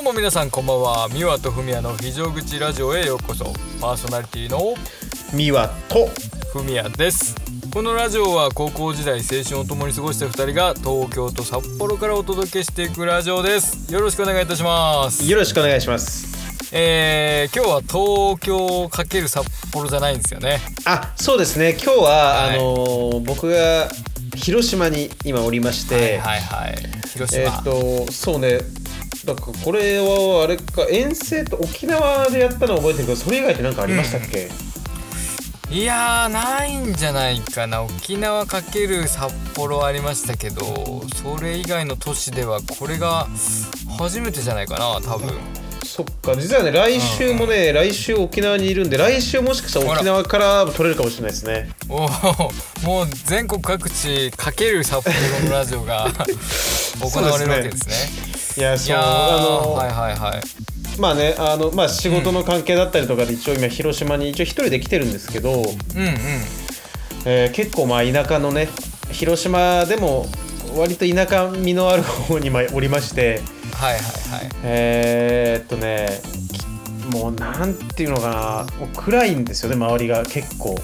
うも皆さんこんばんはミワとフミヤの非常口ラジオへようこそパーソナリティのミワとフミヤですこのラジオは高校時代青春を共に過ごした2人が東京と札幌からお届けしていくラジオですよろしくお願いいたしますよろしくお願いしますえー、今日は東京×札幌じゃないんですよねあそうですね今日は、はいあのー僕が広島に今おりまして、はいはいはい広島、えっ、とそうねだからこれはあれか遠征と沖縄でやったの覚えてるけどそれ以外って何かありましたっけ、いやーないんじゃないかな沖縄×札幌ありましたけどそれ以外の都市ではこれが初めてじゃないかな多分そっか実はね来週もね、来週沖縄にいるんで来週もしかしたら沖縄から取れるかもしれないですねおーもう全国各地×札幌のラジオ が行われるわけですねいやいそうやーあのーはいはいはいまあねあのまあ仕事の関係だったりとかで一応今広島に一応一人で来てるんですけど、うんうんえー結構まあ田舎のね広島でも割と田舎味のある方にまあおりましてはいはいはいえー、っとねきもうなんていうのかなもう暗いんですよね周りが結構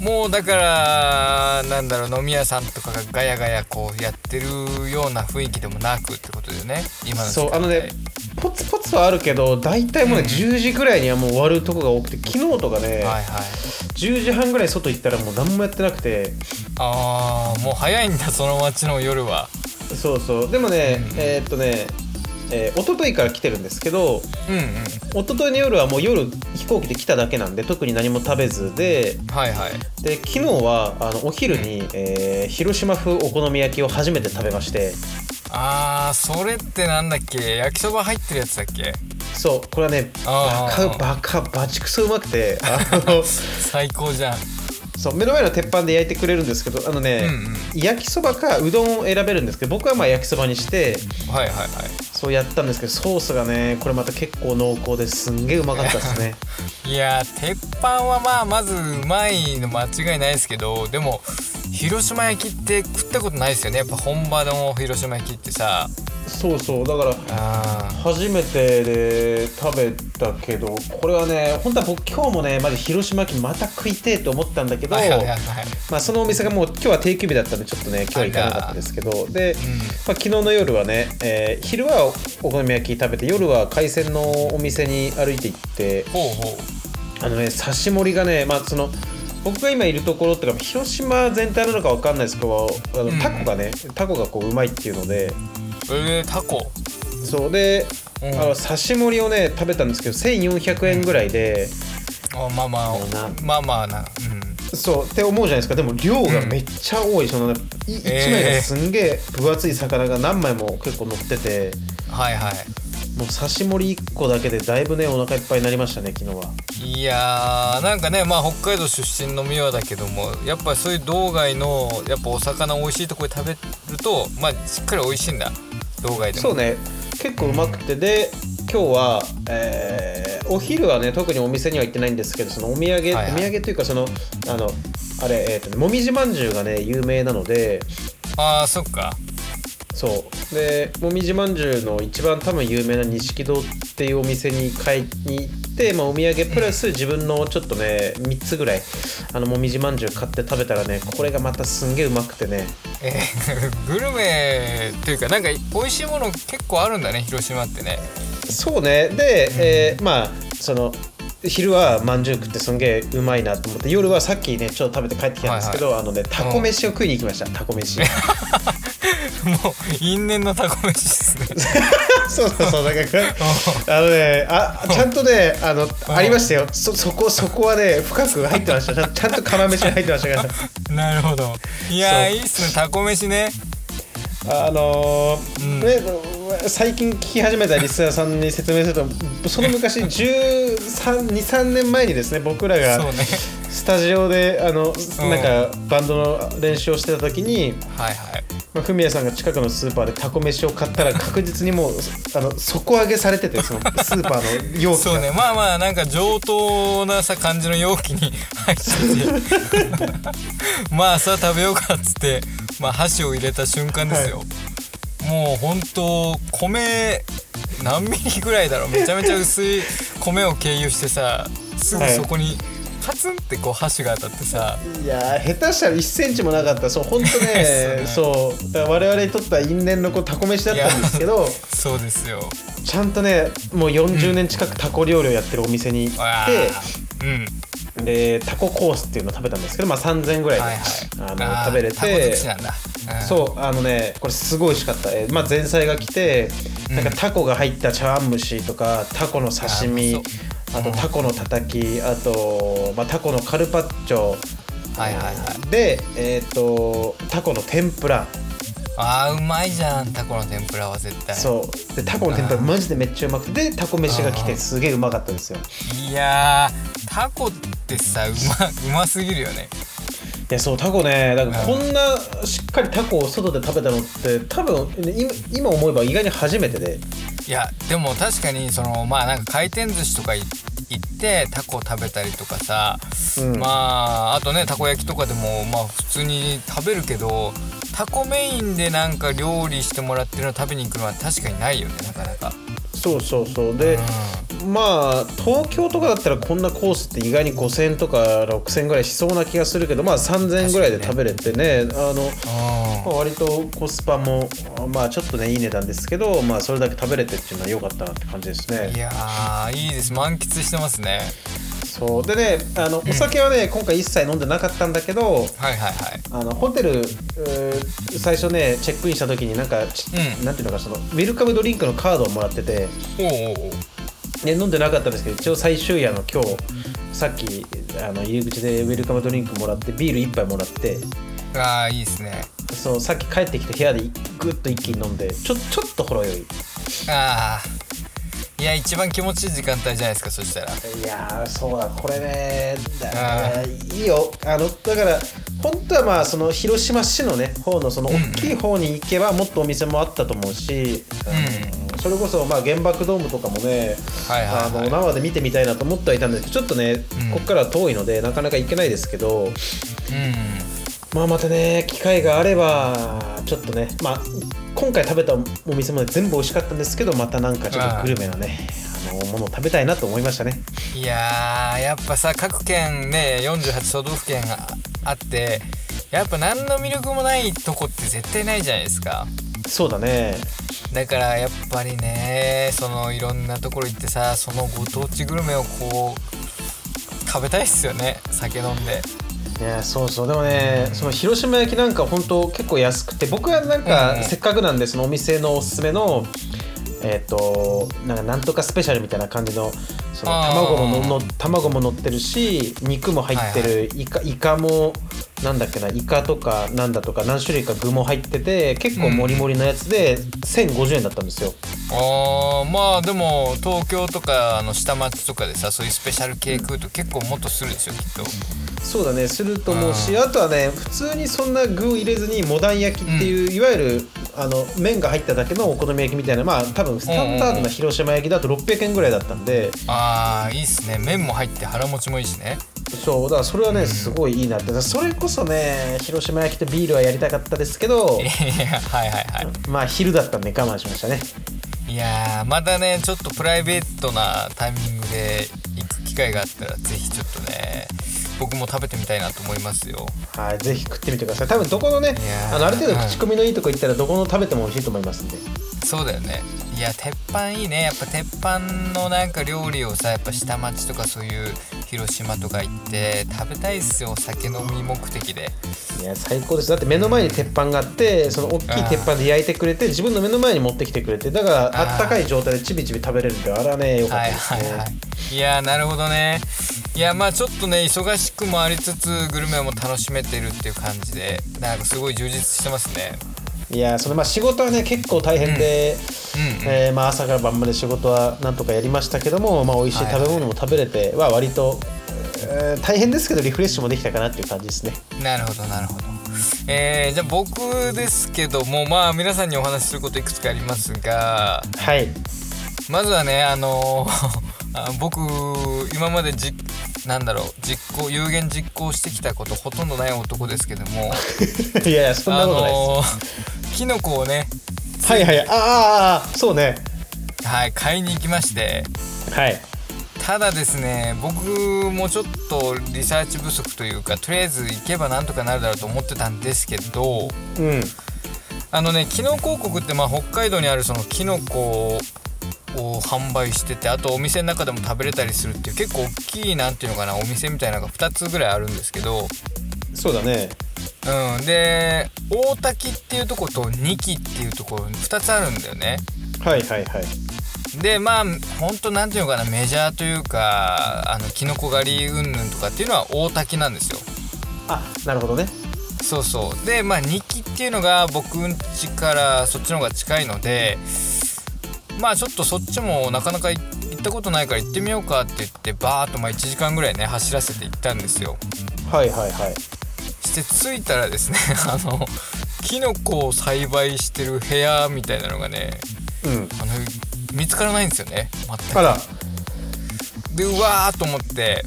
もうだからなんだろう飲み屋さんとかがガヤガヤこうやってるような雰囲気でもなくってことだよね今の時間そうあのねポツポツはあるけど大体もううんね、10時ぐらいにはもう終わるとこが多くて昨日とかね、はいはい10時半ぐらい外行ったらもう何もやってなくてああもう早いんだその街の夜はそうそうでもね、うんえーっとね、えー、一昨日から来てるんですけどうんうん一昨日の夜はもう夜飛行機で来ただけなんで特に何も食べずではいはいで昨日はあのお昼に、えー広島風お好み焼きを初めて食べましてあーそれってなんだっけ焼きそば入ってるやつだっけそうこれはねあーバカバカバチクソうまくてあ の最高じゃんそう目の前の鉄板で焼いてくれるんですけどあのね、う焼きそばかうどんを選べるんですけど僕はまあ焼きそばにしてはいはいはそうやったんですけどソースがねこれまた結構濃厚ですんげえうまかったです ねいいやー鉄板はまあまずうまいの間違いないですけどでも広島焼きって食ったことないですよねやっぱ本場の広島焼きってさそうそうだからあー初めてで食べたけどこれはね本当は僕今日もねまず広島焼きまた食いてえと思ったんだけどはいはいはいはいまあそのお店がもう今日は定休日だったんでちょっとね今日は行かなかったですけどで、うんまあ、昨日の夜はね、えー昼はお好み焼き食べて夜は海鮮のお店に歩いて行ってほうほうあのね刺し盛りがねまあその僕が今いるところっていうか広島全体なのかわかんないですけどあのうんタコがね、タコがこううまいっていうのでえー、タコそうで、うんあの刺し盛りをね食べたんですけど1400円ぐらいで、あまあまあそうなまあまあなうんそうって思うじゃないですかでも量がめっちゃ多い、そのねい一枚がすんげえ分厚い魚が何枚も結構乗っててはいはいもう刺し盛り1個だけでだいぶねお腹いっぱいになりましたね昨日はいやーなんかねまあ北海道出身の美和だけどもやっぱそういう道外のやっぱお魚美味しいとこで食べるとまあしっかり美味しいんだ道外でもそうね結構うまくてで今日は、えーお昼はね特にお店には行ってないんですけどそのお土産、はいお土産というかそのあのあれ、えーとねもみじまんじゅうがね有名なのでああそっかそうでもみじまんじゅうの一番多分有名な錦戸っていうお店に買いに行って、まあ、お土産プラス自分のちょっとね3つぐらいあのもみじまんじゅう買って食べたらねこれがまたすんげえうまくてねえー グルメっていうかなんか美味しいもの結構あるんだね広島ってね そうねで、えーまあその昼はまんじゅう食ってすんげえうまいなと思って夜はさっきねちょっと食べて帰ってきたんですけど、あのねタコ飯を食いに行きました、タコ飯もう因縁のタコ飯ですね そうそうそうだからあのねあちゃんとねあのありましたよそそこそこはね深く入ってましたちゃんちゃんと釜飯に入ってましたからなるほどいやーそういいっすねタコ飯ねあのーうんね最近聞き始めたリスナーさんに説明するとその昔1323年前にですね僕らがそうねスタジオであの、うんなんかバンドの練習をしてた時にはいはいまあフミヤさんが近くのスーパーでタコ飯を買ったら確実にもうあの底上げされててそのスーパーの容器そうが、ねまあまあなんか上等なさ感じの容器に 入って てまあさ食べようかっつって、まあ、箸を入れた瞬間ですよ、もう本当米何ミリぐらいだろうめちゃめちゃ薄い米を経由してさすぐそこにカツンってこう箸が当たってさいやー下手したら1センチもなかったそ う本当ねそうだから我々にとっては因縁のこうタコ飯だったんですけどそうですよちゃんとねもう40年近くタコ料理をやってるお店に行っあて、ーうんでタココースっていうのを食べたんですけど、まあ、3000円ぐらいで、はいはいあの食べれてタコ尽くしなんだ、うんそうあのねこれすごい美味しかった、えーまあ、前菜が来てなんかタコが入った茶碗蒸しとかタコの刺身あーうあまそうとタコのたたきあと、まあ、タコのカルパッチョはいはいはいで、えー、とタコの天ぷらあーうまいじゃんタコの天ぷらは絶対そうでタコの天ぷらあーマジでめっちゃうまくてでタコ飯が来あてーすげえうまかったですよいやータコってさうまうますぎるよねいやそうタコねだからうんこんなしっかりタコを外で食べたのって多分ね今今思えば意外に初めてでいやでも確かにそのまあなんか回転寿司とかい行ってタコ食べたりとかさ、うんまああとねたこ焼きとかでもまあ普通に食べるけどタコメインでなんか料理してもらってるの食べに行くのは確かにないよねなかなか、そうそうそうでまあ東京とかだったらこんなコースって意外に5000円とか6000円ぐらいしそうな気がするけどまあ3000円ぐらいで食べれてねあのまあ割とコスパもまあちょっとねいい値段ですけどまあそれだけ食べれてっていうのは良かったなって感じですうん、いねやーいいです満喫してますねそうでねあのお酒はね今回一切飲んでなかったんだけどはいはいはいあのホテルうー最初ねチェックインした時になんか、ちうんなんていうのかそのウェルカムドリンクのカードをもらってて、おうおうおうね、飲んでなかったんですけど一応最終夜の今日さっきあの入り口でウェルカムドリンクもらってビール1杯もらってあーいいですねそうさっき帰ってきて部屋でぐっと一気に飲んでちょちょっとほろ酔いああいや一番気持ちいい時間帯じゃないですかそしたらいやーそうだこれねだいいよあのだから本当はまあその広島市のね方のその大きい方に行けばもっとお店もあったと思うし、んあのそれこそまあ原爆ドームとかもね、はいはいはいあの生で見てみたいなと思ってはいたんですけどちょっとね、うんここからは遠いのでなかなか行けないですけどうんまあまたね機会があればちょっとねまあ今回食べたお店もね全部美味しかったんですけどまたなんかちょっとグルメなねあのものを食べたいなと思いましたね。いやーやっぱさ各県ね48都道府県があってやっぱ何の魅力もないとこって絶対ないじゃないですかそうだねだからやっぱりねそのいろんなところ行ってさそのご当地グルメをこう食べたいっすよね酒飲んでいやそうそうでもねその広島焼きなんか本当結構安くて僕はなんかうんせっかくなんでそのお店のおすすめのえっ、となんかなんとかスペシャルみたいな感じのそのあー卵ものの卵も乗ってるし肉も入ってる、はいイカイカもなんだっけなイカとかなんだとか何種類か具も入ってて結構もりもりのやつで1050円だったんですよ。あーまあでも東京とかあの下町とかでさそういうスペシャル系食うと結構もっとするでしょきっとそうだねすると思うしうあとはね普通にそんな具を入れずにモダン焼きっていう、いわゆるあの麺が入っただけのお好み焼きみたいなまあ多分スタンダードな広島焼きだと600円ぐらいだったんで、あーいいっすね麺も入って腹持ちもいいしね そうだからそれはねすごいいいなってだからそれこそね広島焼きとビールはやりたかったですけどいやはいはいはまあ昼だったんで我慢しましたねいいやーまたねちょっとプライベートなタイミングで行く機会があったらぜひちょっとね僕も食べてみたいなと思いますよはいぜひ食ってみてください多分どこのねやーあのある程度口コミのいいとこ行ったらどこの食べても美味しいと思いますんでそうだよねいや鉄板いいねやっぱ鉄板のなんか料理をさやっぱ下町とかそういう広島とか行って食べたいっすよお酒飲み目的でいや最高ですだって目の前に鉄板があってその大きい鉄板で焼いてくれて自分の目の前に持ってきてくれてだからあーあったかい状態でちびちび食べれるってあれはねよかったはいですはね、いはいいやーなるほどねいやまあちょっとね忙しくもありつつグルメも楽しめてるっていう感じでなんかすごい充実してますねい、やそれまあ仕事はね結構大変で、うんえーまあ、朝から晩まで仕事はなんとかやりましたけども、まあ、美味しい食べ物も食べれては割と、えー大変ですけどリフレッシュもできたかなっていう感じですねなるほどなるほどえー、じゃあ僕ですけどもまあ皆さんにお話しすることいくつかありますがはい まずはねあのー あ僕今までじなんだろう実行有言実行してきたことほとんどない男ですけど もいやいやそんなことないです、ーキノコをねはいはいあーあーあーそうねはい買いに行きましてはいただですね僕もちょっとリサーチ不足というかとりあえず行けばなんとかなるだろうと思ってたんですけどうんあのねキノコ王国ってまあ北海道にあるそのキノコを販売しててあとお店の中でも食べれたりするっていう結構大きいなんていうのかなお店みたいなのが2つぐらいあるんですけど、そうだねうん、で大滝っていうとこと二木っていうところに2つあるんだよね。はいはいはいでまあほんとなんていうのかなメジャーというかあのキノコ狩りうんぬんとかっていうのは大滝なんですよ。あなるほどねそうそうでまあ日記っていうのが僕ん家からそっちの方が近いのでまあちょっとそっちもなかなか行行ったことないから行ってみようかって言ってバーッとまあ1時間ぐらいね走らせて行ったんですよはいはいはいして着いたらですね あのキノコを栽培してる部屋みたいなのがねうんあの見つからないんですよね全くあらでうわーと思って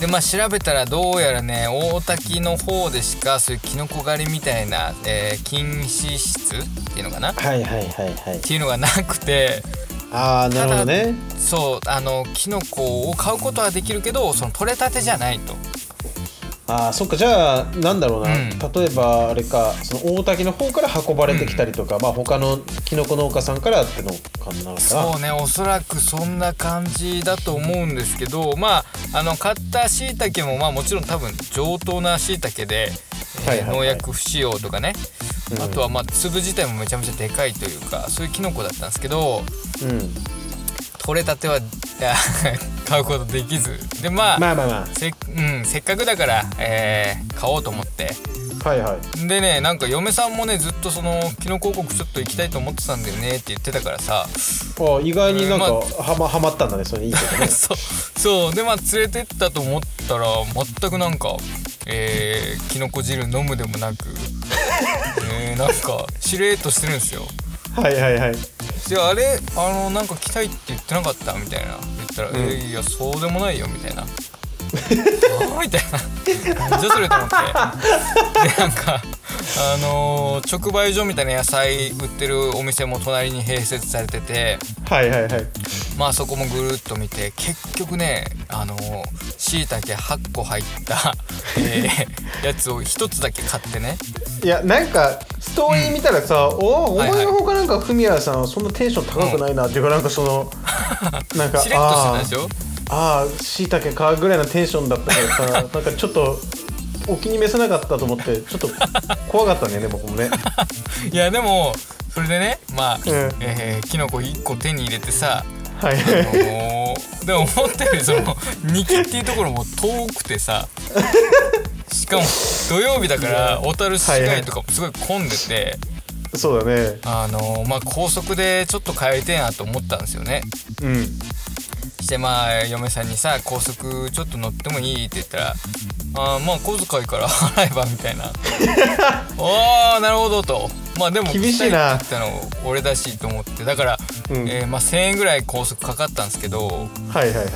でまあ調べたらどうやらね大滝の方でしかそういうキノコ狩りみたいな、えー禁止室っていうのかなっはいはいはいはいていうのがなくてああなるほどねそうあのキノコを買うことはできるけどその取れたてじゃないとああそっかじゃあなんだろうな、うん例えばあれかその大滝の方から運ばれてきたりとか、まあ他のキノコ農家さんからってのかなのかなそうねおそらくそんな感じだと思うんですけどまああの買ったしいたけもまあもちろん多分上等なしいたけで、えーはいはいはい農薬不使用とかね、うんあとはまあ粒自体もめちゃめちゃでかいというかそういうキノコだったんですけどうん取れたてはいや 買うことできずでまあ、まあまあませ,、うん、せっかくだから、えー買おうと思ってあはいはいでねなんか嫁さんもねずっとそのキノコ王国ちょっと行きたいと思ってたんだよねって言ってたからさああ意外になんうかんまはまはまったんだねそれいいことね そうそうでまあ連れてったと思ったら全くなんかえー、キノコ汁飲むでもなく えー、なんかしれーっとしてるんですよはいはいはいであれあのなんか来たいって言ってなかったみたいな言ったら「んえーいやそうでもないよ」みたいな 「あみたいななんじゃそれと思ってでなんかあのー直売所みたいな野菜売ってるお店も隣に併設されててはいはいはいまあそこもぐるっと見て結局ねあのしいたけ8個入 った、えーやつを1つだけ買ってねいやなんかストーリー見たらさ、おおおはいは前いの方がなんかフミヤさんはそんなテンション高くないなっていうか、なんか そのなんかしれっとしてたでしょああしいたけかぐらいのテンションだったから さなんかちょっとお気に召さなかったと思ってちょっと怖かったんだよね僕もね いやでもそれでねまあ、んえーキノコ1個手に入れてさ はいあのーでも思ったよりその二木っていうところも遠くて さしかも土曜日だから小樽市街とかもすごい混んでて、そうだねあのーまあ高速でちょっと帰りたいなと思ったんですよねうんしてまあ嫁さんにさ高速ちょっと乗ってもいいって言ったら「あーまあ小遣いから 払えば」みたい な「おーなるほど」と。まあでも厳しいな来たいって言ったの俺だしと思ってだから、うんえーまあ、1,000円ぐらい高速かかったんですけどはいはいはい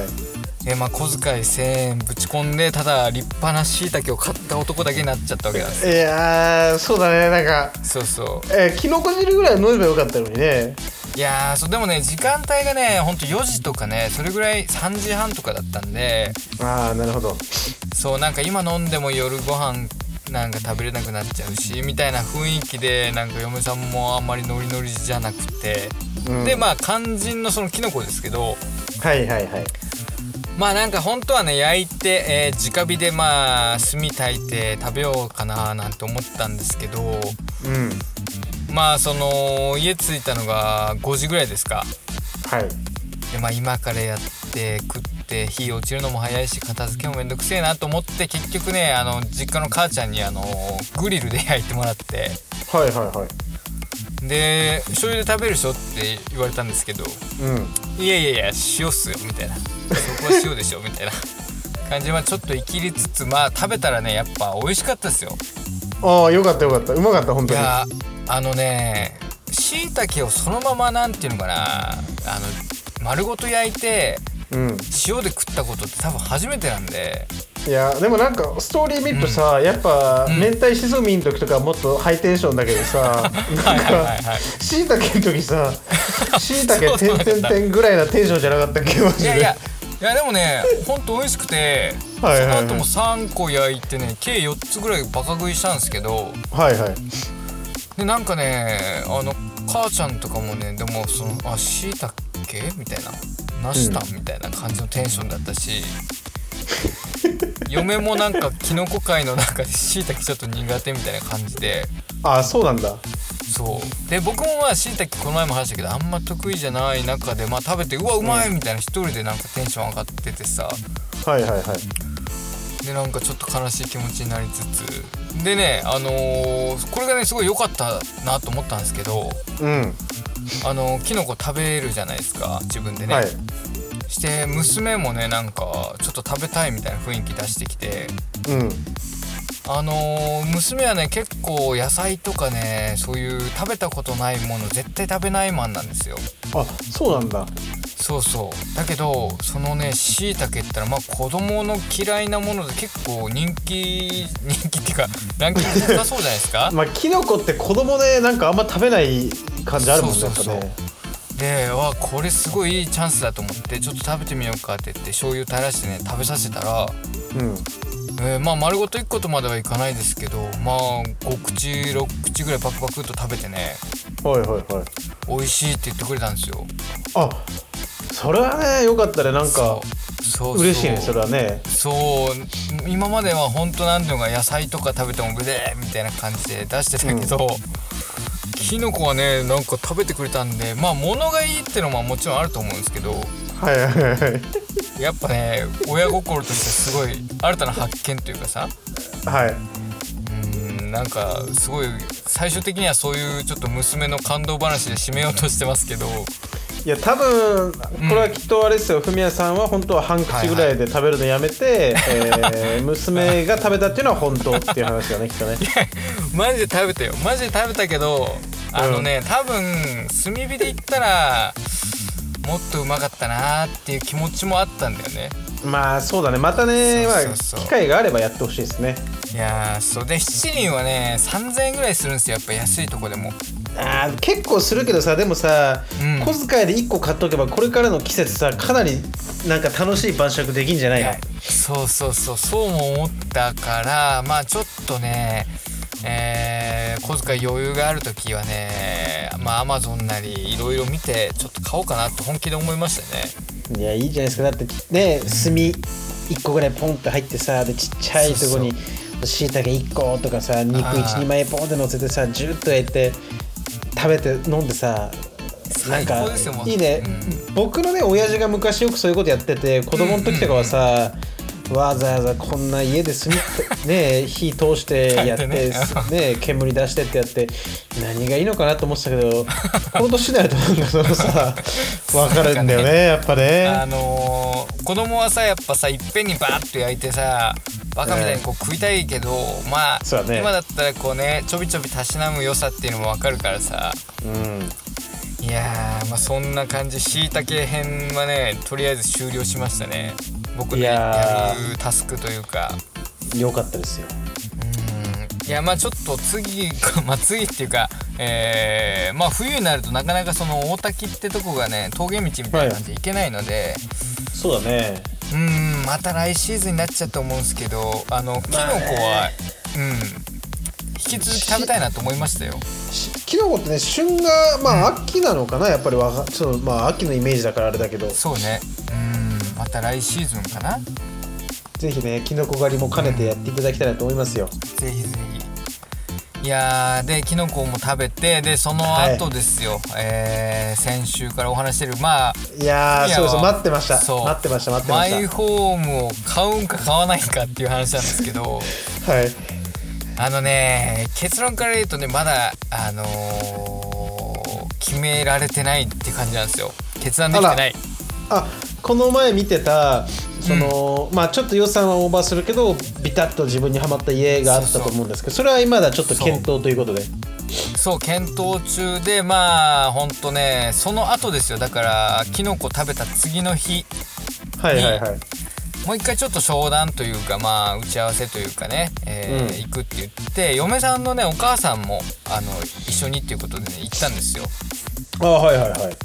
えまあ小遣い1,000円ぶち込んでただ立派なしいたけを買った男だけになっちゃったわけなんですいやーそうだねなんかそうそえー、キノコ汁ぐらい飲めばよかったのにねういやーそうでもね時間帯がねほんと4時とかねそれぐらい3時半とかだったんでああなるほどそうなんか今飲んでも夜ご飯なんか食べれなくなっちゃうしみたいな雰囲気でなんか嫁さんもあんまりノリノリじゃなくて、うんでまあ肝心のそのキノコですけどはいはいはいまあなんか本当はね焼いて、えー直火でまあ炭炊いて食べようかななんて思ったんですけどうんまあその家着いたのが5時ぐらいですかはいで、まあ、今からやって食って火落ちるのも早いし片付けもめんどくせえなと思って結局ねあの実家の母ちゃんにあのグリルで焼いてもらってはいはいはいで「醤油で食べるでしょ?」って言われたんですけど「うんいやいやいや塩っすよ」みたいな「そこは塩でしょ」みたいな感じでまあちょっといきりつつまあ食べたらねやっぱ美味しかったですよ。ああよかったよかったうまかった本い当にやあのねしいたけをそのままなんていうのかなあの丸ごと焼いてうん塩で食ったことって多分初めてなんでいやでもなんかストーリー見るとさ、やっぱ、明太しそみん時とかもっとハイテンションだけどさなん はいはいかはいしいたけの 時さしいたけそうそうてんてんてんぐらいなテンションじゃなかったっけマジいでやいやいやでもねほんと美味しくてはいはいはいその後も3個焼いてね計4つぐらいバカ食いしたんですけどはいはいでなんかねあの母ちゃんとかもねでもその「あしいたけ?」みたいな「なした?」みたいな感じのテンションだったし嫁もなんかキノコ界の中でしいたけちょっと苦手みたいな感じであそうなんだそうで僕もまあしいたけこの前も話したけどあんま得意じゃない中でまあ食べてうわうまいみたいな一人でなんかテンション上がっててさはいはいはいでなんかちょっと悲しい気持ちになりつつでねあのーこれがねすごい良かったなと思ったんですけどうんあのキノコ食べるじゃないですか自分でね、はいして娘もねなんかちょっと食べたいみたいな雰囲気出してきてうんあのー娘はね結構野菜とかねそういう食べたことないもの絶対食べないマンなんですよあそうなんだそうそうだけどそのねしいたけったらまあ子供の嫌いなもので結構人気人気っていうかランキング高そうじゃないですかまあキノコって子供でなんかあんま食べない感じあるもんねそうそうそうやっぱねでわこれすごいいいチャンスだと思ってちょっと食べてみようかって言って醤油垂らしてね食べさせたらうんえーまあ丸ごと1個とまではいかないですけどまあ5口6口ぐらいパクパクっと食べてねはいはいはい美味しいって言ってくれたんですよあそれはねよかったねなんかそう嬉しいねそれはねそう今までは本当なんていうのか野菜とか食べてもブレーみたいな感じで出してたけど、キノコはねなんか食べてくれたんでまあ物がいいってのももちろんあると思うんですけどはいはいはいはいやっぱね親心としてすごい新たな発見というかさはい。うんなんかすごい最終的にはそういうちょっと娘の感動話で締めようとしてますけどいや多分これはきっとあれですよ、フミヤさんは本当は半口ぐらいで食べるのや めて、えー娘が食べたっていうのは本当っていう話だねきっとね。マジで食べたよマジで食べたけどあのね、多分炭火でいったらもっとうまかったなーっていう気持ちもあったんだよねまあそうだねまたねそうまあそうそう機会があればやってほしいですね。いやーそうで七輪はね3000円ぐらいするんですよやっぱ安いとこでもあー結構するけどさでもさ、うん小遣いで1個買っとけばこれからの季節さかなりなんか楽しい晩酌できんじゃないいのやそうそうそうそうも思ったからまあちょっとねえー小遣い余裕がある時はねまあアマゾンなりいろいろ見てちょっと買おうかなって本気で思いましたねいやいいじゃないですかだってね炭1個ぐらいポンって入ってさでちっちゃいとこにしいたけ1個とかさ肉あー12枚ポンって乗せてさジューッと焼いて食べて飲んでさなん最か高ですよもういいね、僕のね親父が昔よくそういうことやってて子供の時とかはさ、わざわざこんな家で炭っ てね火通してやって焚いてねね煙出してってやって何がいいのかなと思ってた けどこの年になるとなんかそのさ分かるんだよねやっぱね。あのー子供はさやっぱさいっぺんにバーッと焼いてさバカみたいにこう食いたいけど、まあそうだね今だったらこうねちょびちょびたしなむ良さっていうのもわかるからさうんいやーまあそんな感じしいたけ編はねとりあえず終了しましたね僕のいややーるタスクというか良かったですよ。うんいやまあちょっと次まあ次っていうか えーまあ冬になるとなかなかその大滝ってとこがね峠道みたいな感じで行けないので、そうだね。うーんまた来シーズンになっちゃうと思うんですけどあのキノコは、うん引き続き食べたいなと思いましたよしキノコってね旬がまあ秋なのかなやっぱりわかちょっとまあ秋のイメージだからあれだけどそうねうんまた来シーズンかなぜひねキノコ狩りも兼ねてやっていただきたいなと思いますよ。ぜひぜひいやーでキノコも食べてでその後ですよ、えー先週からお話ししてるまあいやーいやそうそう待ってましたそう待ってました待ってまマしイホームを買うんか買わないかっていう話なんですけ どた。はい。あのね結論から言うとねまだあのー決められてないって感じなんですよ決断できてないあこの前見てたその、まあちょっと予算はオーバーするけどビタッと自分にはまった家があったと思うんですけどそれは今だちょっと検討ということで。そう検討中でまあほんとねその後ですよだからキノコ食べた次の日はいはいはい。もう一回ちょっと商談というかまあ打ち合わせというかね、えー行くって言って嫁さんのねお母さんもあの一緒にっていうことでね行ったんですよ。あはいはいはい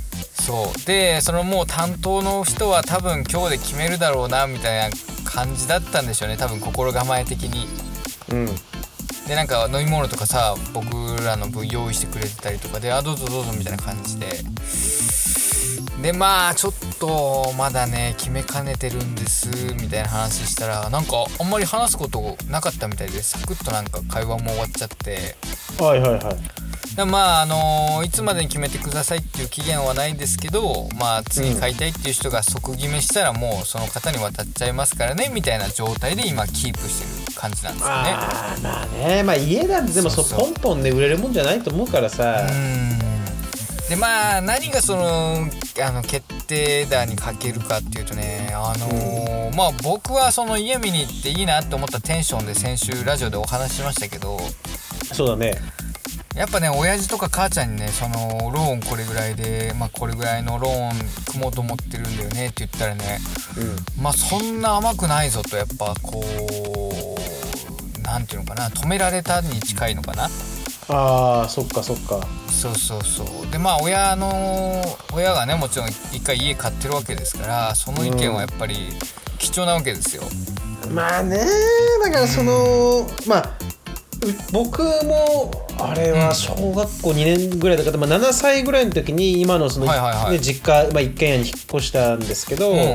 そうでそのもう担当の人は多分今日で決めるだろうなみたいな感じだったんでしょうね多分心構え的に。うんでなんか飲み物とかさ僕らの分用意してくれてたりとかで「あどうぞどうぞ」みたいな感じででまあちょっとまだね決めかねてるんですみたいな話したらなんかあんまり話すことなかったみたいでサクッとなんか会話も終わっちゃって。はいはいはいだまああのいつまでに決めてくださいっていう期限はないですけど、まあ、次買いたいっていう人が即決めしたらもうその方に渡っちゃいますからねみたいな状態で今キープしてる感じなんですよね。あーまあねまあ家なんてでもそそうそうポンポンで売れるもんじゃないと思うからさうんでまあ何がそのあの決定打にかけるかっていうとねあのーまあ僕はその家見に行っていいなって思ったテンションで先週ラジオでお話ししましたけどそうだねやっぱね親父とか母ちゃんにねそのローンこれぐらいで、まあ、これぐらいのローン組もうと思ってるんだよねって言ったらねまあそんな甘くないぞとやっぱこうなんていうのかな止められたに近いのかなああそっかそっかそうそうそうでまあ親の親がねもちろん一回家買ってるわけですからその意見はやっぱり貴重なわけですよ、まあねだからそのまあう僕もあれは小学校2年ぐらいだから、まあ、7歳ぐらいの時に今のその、はいはいはいね実家、まあ、一軒家に引っ越したんですけど、うんうん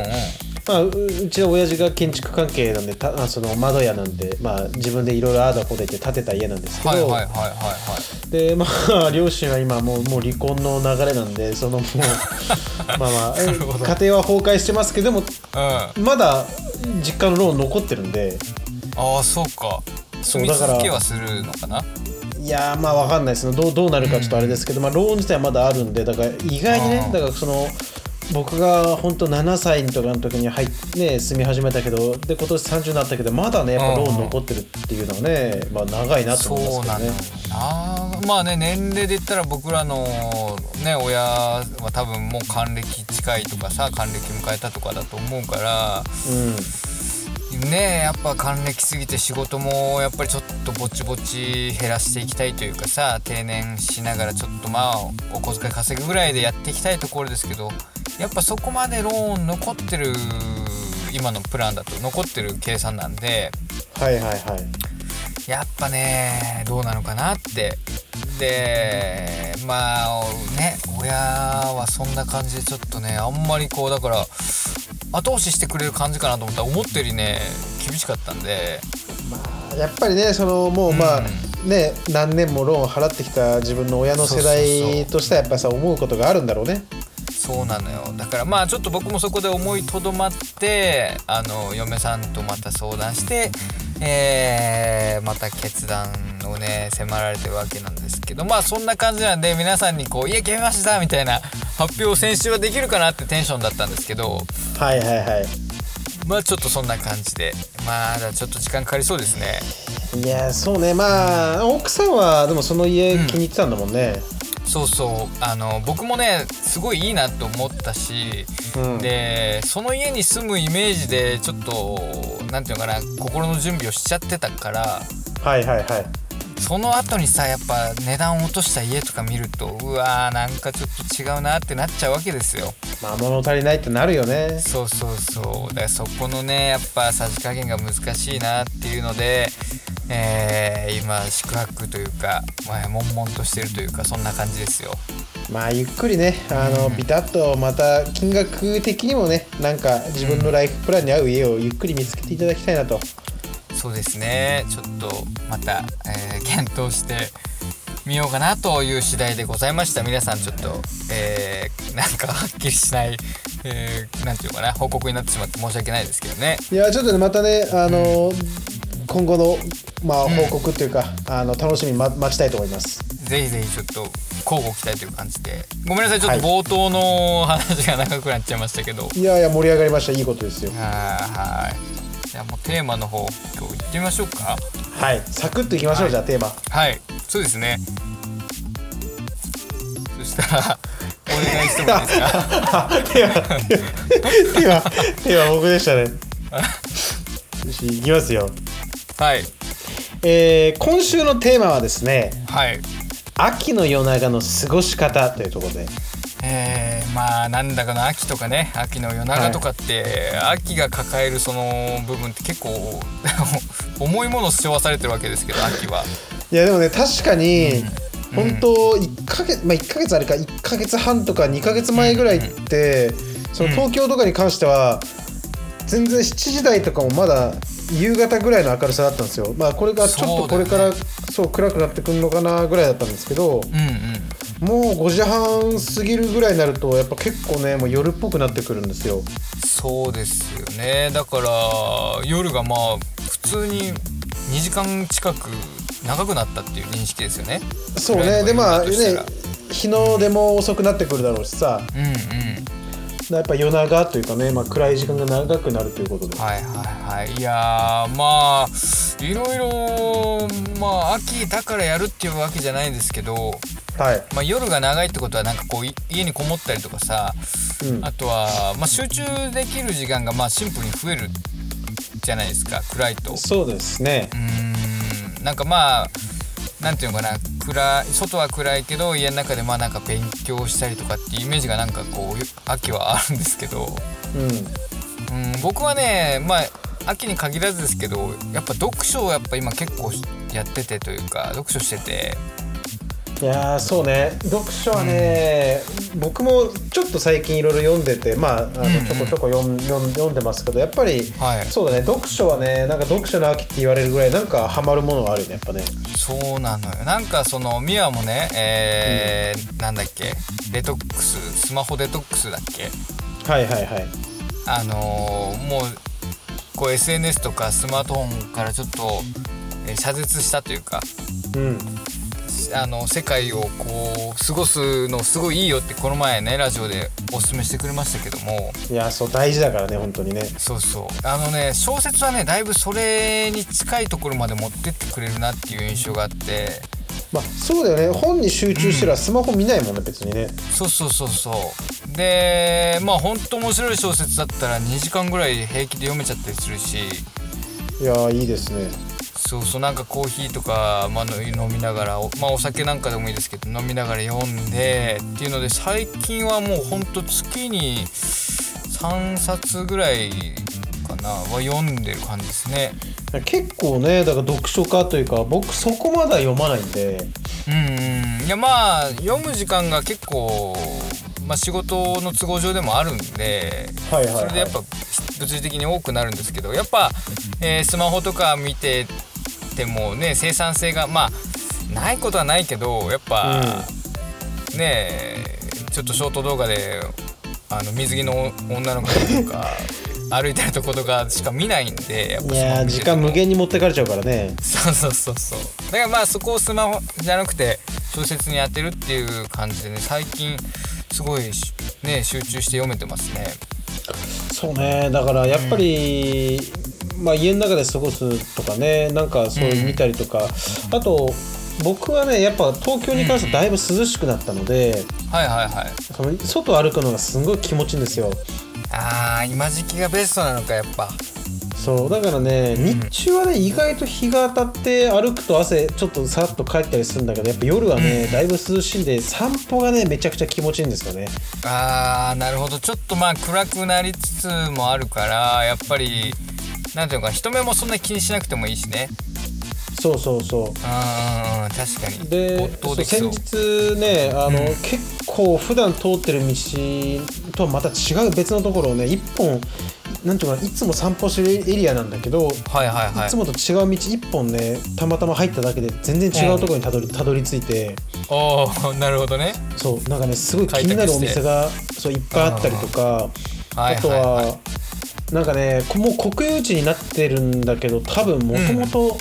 まあ、ううちの親父が建築関係なんでたあその窓屋なんで、まあ、自分でいろいろああだこうだ言って建てた家なんですけど、はいはいはいはいはいでまあ両親は今もうもう離婚の流れなんでそのもう まあまあえ家ほど庭は崩壊してますけどでもうんまだ実家のローン残ってるんでああそうか住そうみだから続けはするのかないやーまあわかんないですねどうどうなるかちょっとあれですけど、まあローン自体はまだあるんでだから意外にあねーだからその僕が本当7歳とかの時に入っ、ね、住み始めたけどで今年30になったけどまだねやっぱローン残ってるっていうのはね、まあ、長いなとそ思いうまなすのけどよね。なまあね年齢で言ったら僕らのね親は多分もう還暦近いとかさ還暦迎えたとかだと思うからうんねえやっぱ還暦すぎて仕事もやっぱりちょっとぼちぼち減らしていきたいというかさ定年しながらちょっとまあお小遣い稼ぐぐらいでやっていきたいところですけどやっぱそこまでローン残ってる今のプランだと残ってる計算なんではいはいはいやっぱねどうなのかなってでまあね親はそんな感じでちょっとねあんまりこうだから後押ししてくれる感じかなと思ったら思ったよりね厳しかったんでやっぱりねそのもうまあ、ね何年もローン払ってきた自分の親の世そうそう代そうとしてはやっぱりさ思うことがあるんだろうねそうなのよだからまあちょっと僕もそこで思いとどまってあの嫁さんとまた相談して、えーまた決断をね迫られてるわけなんですけどまあそんな感じなんで皆さんにこう「家決めました!」みたいな発表を先週はできるかなってテンションだったんですけどはいはいはいまあちょっとそんな感じでまだちょっと時間かかりそうですね。いやそうねまあ奥さんはでもその家気に入ってたんだもんね、そうそうあの僕もねすごいいいなと思ったし、うんでその家に住むイメージでちょっとなんていうのかな心の準備をしちゃってたからはいはいはいその後にさやっぱ値段を落とした家とか見るとうわーなんかちょっと違うなってなっちゃうわけですよまあ物足りないってなるよねそうそうそうだからそこのねやっぱさじ加減が難しいなっていうので、えー今宿泊というか、まあ、悶々としてるというかそんな感じですよまあゆっくりねあの、ビタッとまた金額的にもねなんか自分のライフプランに合う家をゆっくり見つけていただきたいなとそうですねちょっとまた、えー検討してみようかなという次第でございました皆さんちょっと、えーなんかはっきりしない、えーなんていうのかな報告になってしまって申し訳ないですけどねいやちょっとねまたねあの、今後のまあ報告というか、あの楽しみに待待ちたいと思いますぜひぜひちょっと交互期待という感じでごめんなさいちょっと冒頭の話が長くなっちゃいましたけど、いやいや盛り上がりましたいいことですよはいはいじゃあもうテーマの方今日行ってみましょうかはいサクッといきましょう、じゃあテーマはいそうですねそしたらお願いしてもいいですか手は手は手は僕でしたねよしいきますよ、はいえー今週のテーマはですねはい秋の夜長の過ごし方というところでえー、まあなんだかの秋とかね秋の夜長とかって、秋が抱えるその部分って結構 重いものを背負わされてるわけですけど秋は。いやでもね確かに、うん本当1ヶ月まあ1ヶ月あれか1ヶ月半とか2ヶ月前ぐらいって、その東京とかに関しては、全然7時台とかもまだ夕方ぐらいの明るさだったんですよまあこれがちょっとこれからそう,、暗くなってくるのかなぐらいだったんですけどうんうんもう5時半過ぎるぐらいになるとやっぱ結構ねもう夜っぽくなってくるんですよそうですよねだから夜がまあ普通に2時間近く長くなったっていう認識ですよねそうぐらいねのでまあ夜ねだとしたら日の出も遅くなってくるだろうしさうんうんやっぱ夜長というかね、まあ、暗い時間が長くなるということではいはいはいいやーまあいろいろまあ秋だからやるっていうわけじゃないんですけど、はいまあ、夜が長いってことはなんかこうい家にこもったりとかさうんあとは、まあ、集中できる時間がまあシンプルに増えるじゃないですか暗いと。そうですねう。ーんなんかまあなんていうのかな暗い外は暗いけど家の中でまあなんか勉強したりとかっていうイメージがなんかこう秋はあるんですけどうん。うん僕はねまあ秋に限らずですけどやっぱ読書をやっぱ今結構やっててというか読書してていやーそうね。読書はね、僕もちょっと最近いろいろ読んでて、まああうんうんのちょこちょこ読ん読ん読んでますけど、やっぱり。はいそうだね読書はねなんか読書の秋って言われるぐらいなんかハマるものはあるよねやっぱねそうなのよなんかそのミワもねえーなんだっけデトックススマホデトックスだっけはいはいはいあのーもうこう SNS とかスマートフォンからちょっと、えー、遮絶したというかうんあの世界をこう過ごすのすごいいいよってこの前ねラジオでおすすめしてくれましたけどもいやーそう大事だからね本当にねそうそうあのね小説はねだいぶそれに近いところまで持ってってくれるなっていう印象があってまあそうだよね本に集中したらスマホ見ないもんね別にねそうそうそうそうでまあほんと面白い小説だったら2時間ぐらい平気で読めちゃったりするしいやーいいですねそうそうなんかコーヒーとか、まあ、の飲みながらお,、まあ、お酒なんかでもいいですけど飲みながら読んでっていうので最近はもうほんと月に3冊ぐらいかなは読んでる感じですね。結構ねだから読書家というか僕そこまでは読まないんでうんうん、いやまあ読む時間が結構、まあ、仕事の都合上でもあるんで、はいはいはそいれでやっぱ物理的に多くなるんですけどやっぱ、えースマホとか見ててもね生産性がまあないことはないけどやっぱ、ねえちょっとショート動画であの水着の女の子と か歩いてるとことかしか見ないんでやっぱいスマホやー見て時ても間無限に持ってかれちゃうからねそうそうそうそうだからまあそこをスマホじゃなくて小説に当てるっていう感じでね最近すごいしね集中して読めてますねそうねだからやっぱり、まあ、家の中で過ごすとかねなんかそういう見たりとか、あと僕はねやっぱ東京に関してはだいぶ涼しくなったので、はいはいはいその外歩くのがすごい気持ちいいんですよあー今時期がベストなのかやっぱそうだからね日中はね意外と日が当たって歩くと汗ちょっとさらっと帰ったりするんだけどやっぱ夜はね、だいぶ涼しいんで散歩がねめちゃくちゃ気持ちいいんですよねあーなるほどちょっとまあ暗くなりつつもあるからやっぱりなんていうのか人目もそんな気にしなくてもいいしねそうそうそううーん確かにで没頭そうできそ先う日ねあの、結構普段通ってる道とはまた違う別のところをね一本なんていうかないつも散歩してるエリアなんだけど、はいはいはいいつもと違う道一本ねたまたま入っただけで全然違うところにたどり,、たどり着いておーなるほどねそうなんかねすごい気になるお店がそういっぱいあったりとかあはいとはいは、はいなんかねこもう国有地になってるんだけど多分もともと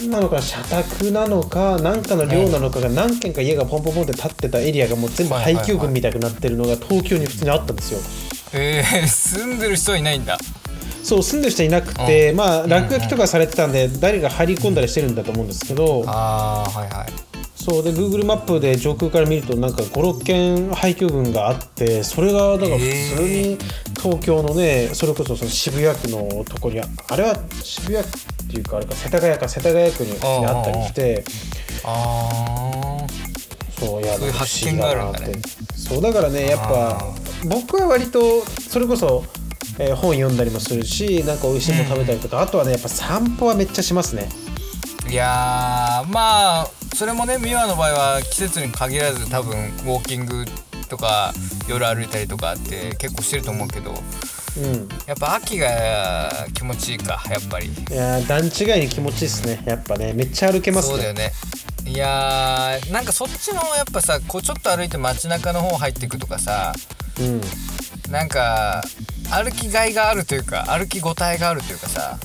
何なのか社宅なのか何かの寮なのかが何軒か家がポンポンポンって建ってたエリアがもう全部はいはい廃はい墟群みたいになってるのが東京に普通にあったんですよ。えー、 住んでる人はいないんだそう住んでる人いなくて、まあん落書きとかされてたんで誰が入り込んだりしてるんだと思うんですけど、ああはいはいそうそうで Google マップで上空から見るとなんか56軒廃墟群があってそれがだから普通に東京のねそれこそその渋谷区のとこにああれは渋谷区っていうかあれか世田谷か世田谷区に普通にあったりしてあそうやそういう発見があるんだね不思議だなってそうだからねやっあぱ僕は割とそれこそ、えー本読んだりもするしなんか美味しいもの食べたりとか、あとはねやっぱ散歩はめっちゃしますねーいやーまあそれもね美和の場合は季節に限らず多分ウォーキングとか夜歩いたりとかって結構してると思うけどうんやっぱ秋が気持ちいいかやっぱりいやー段違いに気持ちいいですねやっぱねめっちゃ歩けますそうだねよねいやーなんかそっちのやっぱさこうちょっと歩いて街中の方入っていくとかさうんなんか歩きがいがあるというか歩きごたえがあるというかさ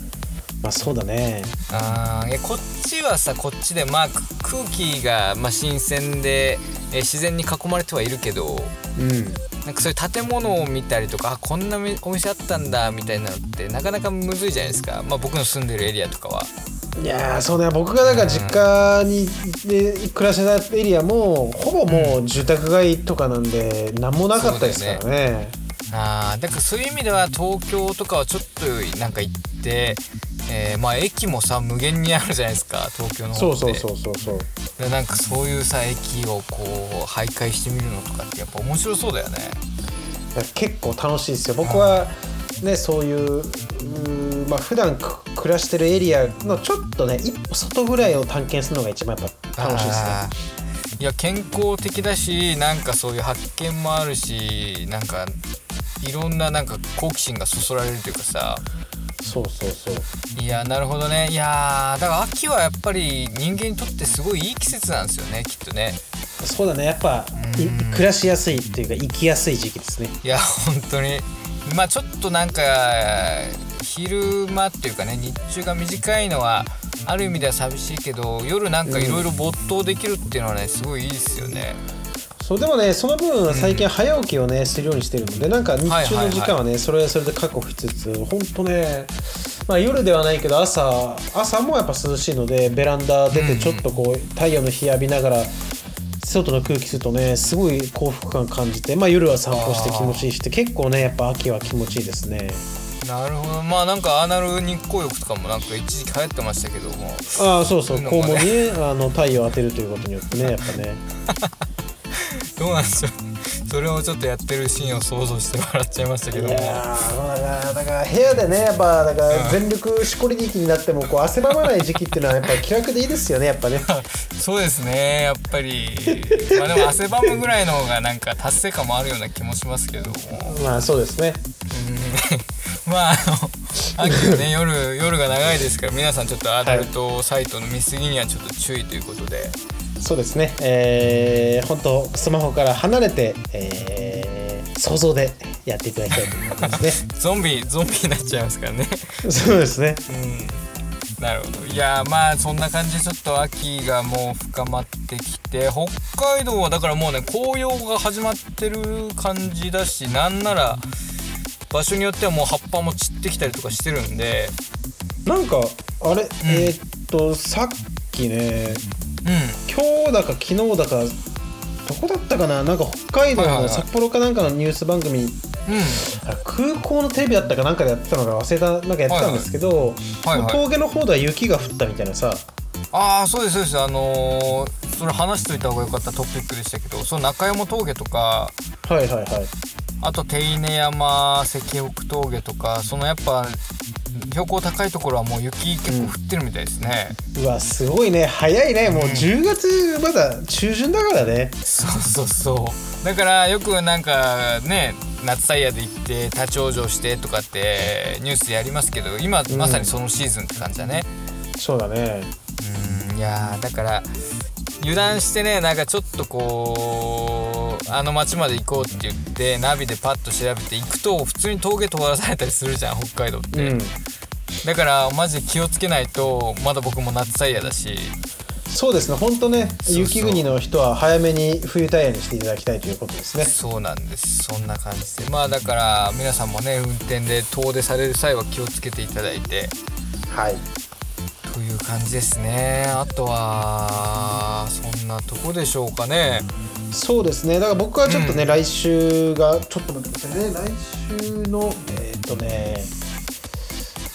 まあそうだねあーいやこっちはさこっちでまあく空気が、まあ、新鮮で、えー自然に囲まれてはいるけどうんなんかそういう建物を見たりとかあこんなみお店あったんだみたいなのってなかなかむずいじゃないですか、まあ、僕の住んでるエリアとかは。いやーそうね僕がだから実家に、で暮らしてたエリアもほぼもう住宅街とかなんで何もなかったですからねあーだからそういう意味では東京とかはちょっとなんか行って、えーまあ駅もさ無限にあるじゃないですか東京のそ方うってそうそうそうそうでなんかそういうさ駅をこう徘徊してみるのとかってやっぱ面白そうだよねいや結構楽しいですよ僕はねそういううーまあ普段く暮らしてるエリアのちょっとね一歩外ぐらいを探検するのが一番やっぱ楽しいですねあーいや健康的だしなんかそういう発見もあるしなんかいろんななんか好奇心がそそられるというかさそうそうそういやなるほどねいやーだから秋はやっぱり人間にとってすごいいい季節なんですよねきっとねそうだねやっぱいうん暮らしやすいっていうか生きやすい時期ですねいや本当にまあちょっとなんか昼間っていうかね日中が短いのはある意味では寂しいけど夜なんかいろいろ没頭できるっていうのはねすごいいいですよね。そうでもねその分最近早起きをねするようにしてるのでなんか日中の時間はねそれはそれで確保しつつほんとねまあ夜ではないけど朝朝もやっぱ涼しいのでベランダ出てちょっとこう太陽の日浴びながら外の空気するとねすごい幸福感感じてまあ夜は散歩して気持ちいいしって結構ねやっぱ秋は気持ちいいですねなるほどまあなんかアナル日光浴とかもなんか一時期流行ってましたけどもああそうそういいのか肛ね門にねあの太陽を当てるということによってねやっぱねどうなんでしょう それをちょっとやってるシーンを想像して笑っちゃいましたけど も。ーだから部屋でねやっぱだから全力しこり気になってもこう汗ばまない時期っていうのはやっぱ気楽でいいですよねやっぱねそうですねやっぱりまあでも汗ばむぐらいの方がなんか達成感もあるような気もしますけども。まあそうですねうん まああの秋はね夜夜が長いですから皆さんちょっとアダルトサイトの見過ぎにはちょっと注意ということで、そうですねえー、本当スマホから離れて、えー、想像でやっていただきたいと思い ますゾンビゾンビになっちゃいますからねねそうですねうんなるほどいやーまあそんな感じでちょっと秋がもう深まってきて北海道はだからもうね紅葉が始まってる感じだしなんなら場所によってはもう葉っぱも散ってきたりとかしてるんでなんかあれ、えーっとさっきねうん今日だか昨日だかどこだったかななんか北海道はいはいはのい札幌かなんかのニュース番組うんあ空港のテレビだったかなんかでやってたのが忘れたなんかやってたんですけど、はいはい峠の方では雪が降ったみたいなさああそうですそうですあのーそれ話しといた方が良かったトピックでしたけどその中山峠とかはいはいはいあと手稲山関北峠とかそのやっぱ標高高いところはもう雪結構降ってるみたいですね、うわすごいね早いねもううん10月まだ中旬だからねそうそうそうだからよくなんかね夏タイヤで行って立ち往生してとかってニュースでやりますけど今まさにそのシーズンって感じだね、そうだねうんいやーだから油断してねなんかちょっとこうあの町まで行こうって言ってナビでパッと調べて行くと普通に峠通らされたりするじゃん北海道って、うんだからマジで気をつけないとまだ僕も夏タイヤだしそうですねほんとねそう雪国の人は早めに冬タイヤにしていただきたいということですねそうなんですそんな感じでまあだから皆さんもね運転で遠出される際は気をつけていただいてはいという感じですねあとはそんなとこでしょうかねそうですねだから僕はちょっとね、うん来週がちょっと待ってくださいね来週のえーっ、とね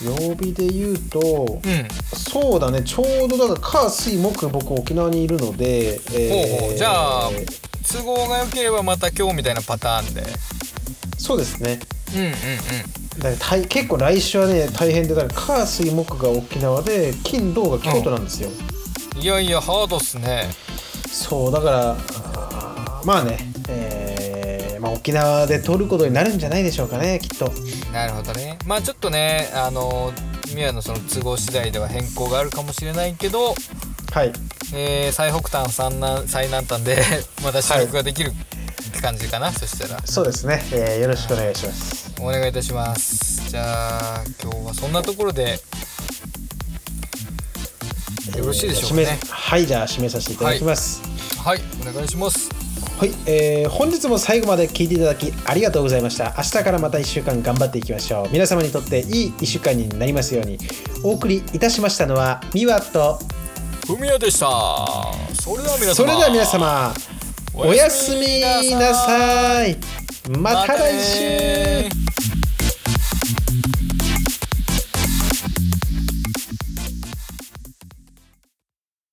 曜日で言うと、うんそうだねちょうどだから火水木僕沖縄にいるので、えーほうほうじゃあ都合が良ければまた今日みたいなパターンでそうですねうんうんうんだから大結構来週はね大変でだから火水木が沖縄で金土が京都なんですよ、いやいやハードっすねそうだからあーまあね、えーまあ、沖縄で取ることになるんじゃないでしょうかねきっとなるほどねまあちょっとねあの宮のその都合次第では変更があるかもしれないけど、はいえー最北端最南最南端で また収録ができるって感じかな、そしたらそうですね、えーよろしくお願いしますお願いいたしますじゃあ今日はそんなところでよろしいでしょうかねえー締めはいじゃあ締めさせていただきますはいお願いしますはい、えー本日も最後まで聞いていただきありがとうございました明日からまた1週間頑張っていきましょう皆様にとっていい1週間になりますようにお送りいたしましたのはミワとふみやでしたそれでは皆様それでは皆様おやすみなおやすみなささいまた来週、ねー